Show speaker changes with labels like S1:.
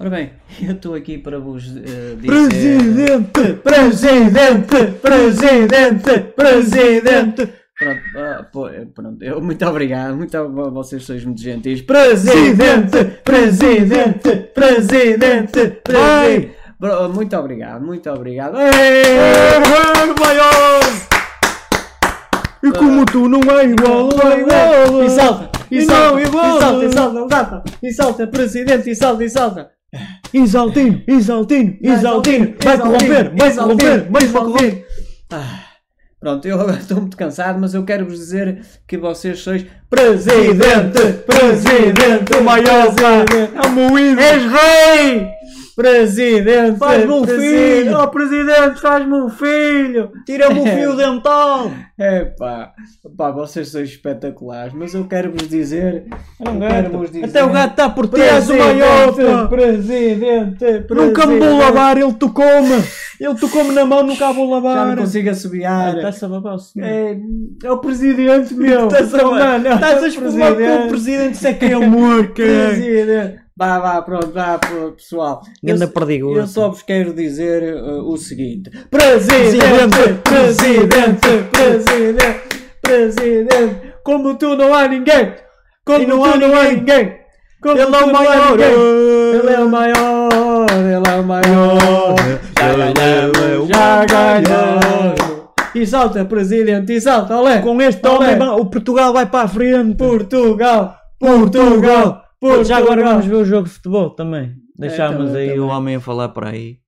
S1: Ora bem, eu estou aqui para vos eh, dizer.
S2: Presidente, presidente, presidente, presidente,
S1: Pronto, ah, pô, eh, pronto, eu, muito obrigado, muito ob- vocês sois muito gentis.
S2: presidente, presidente, presidente,
S1: Ai,
S2: presidente.
S1: bro, muito obrigado, muito obrigado.
S2: E como tu não é igual, não é igual.
S1: E salta, e
S2: E
S1: salta,
S2: não, é
S1: e
S2: igual.
S1: salta, e salta, salta, e salta, presidente, e salta, e salta.
S2: Exaltino, exaltino, exaltino. Vai
S1: Exaltino,
S2: corromper, vai
S1: Exaltino,
S2: corromper, vai
S1: Exaltino.
S2: corromper.
S1: Ah, Pronto, eu agora estou muito cansado, mas eu quero vos dizer que vocês sois
S2: Presidente, presidente, o maior é moído. És rei!
S1: presidente.
S2: Faz-me um
S1: presidente.
S2: filho! Oh, presidente, faz-me um filho! Tira-me o fio dental!
S1: Epá, pá, vocês são espetaculares, mas eu quero vos dizer. Eu quero vos dizer.
S2: é, Até o gato está por ti, és o
S1: Presidente,
S2: maior! pá.
S1: presidente, presidente.
S2: Nunca me vou lavar, ele tocou-me! Ele tocou-me na mão, nunca vou
S1: Já
S2: lavar!
S1: não consigo assobiar.
S2: Estás a babar o senhor!
S1: É, é o presidente, meu.
S2: assim. Estás a
S1: Oh, mano, é o
S2: Estás a esfumar com o
S1: presidente.
S2: presidente, isso é que é amor, cara!
S1: Presidente. Vá, vá, pronto, vá, pô, pessoal. Eu,
S3: Ganda perdigoso.
S1: eu só vos quero dizer uh, o seguinte:
S2: Presidente,
S1: presidente, presidente, presidente. Como tu não há ninguém. Como
S2: E não
S1: tu
S2: há
S1: não há
S2: ninguém.
S1: ninguém. Como
S2: Ele é
S1: tu
S2: o
S1: não há
S2: maior!
S1: ninguém. Ele é o maior, ele é o maior. Já ganhou, já ganhou. E salta, presidente, e salta, olé.
S2: Com este
S1: Olé.
S2: homem, o Portugal vai para a frente!
S1: Portugal,
S2: Portugal!
S1: Portugal, Portugal.
S3: Já agora vamos ver o jogo de futebol também. Deixámos
S1: É, também,
S3: aí
S1: também.
S3: o homem a falar por aí.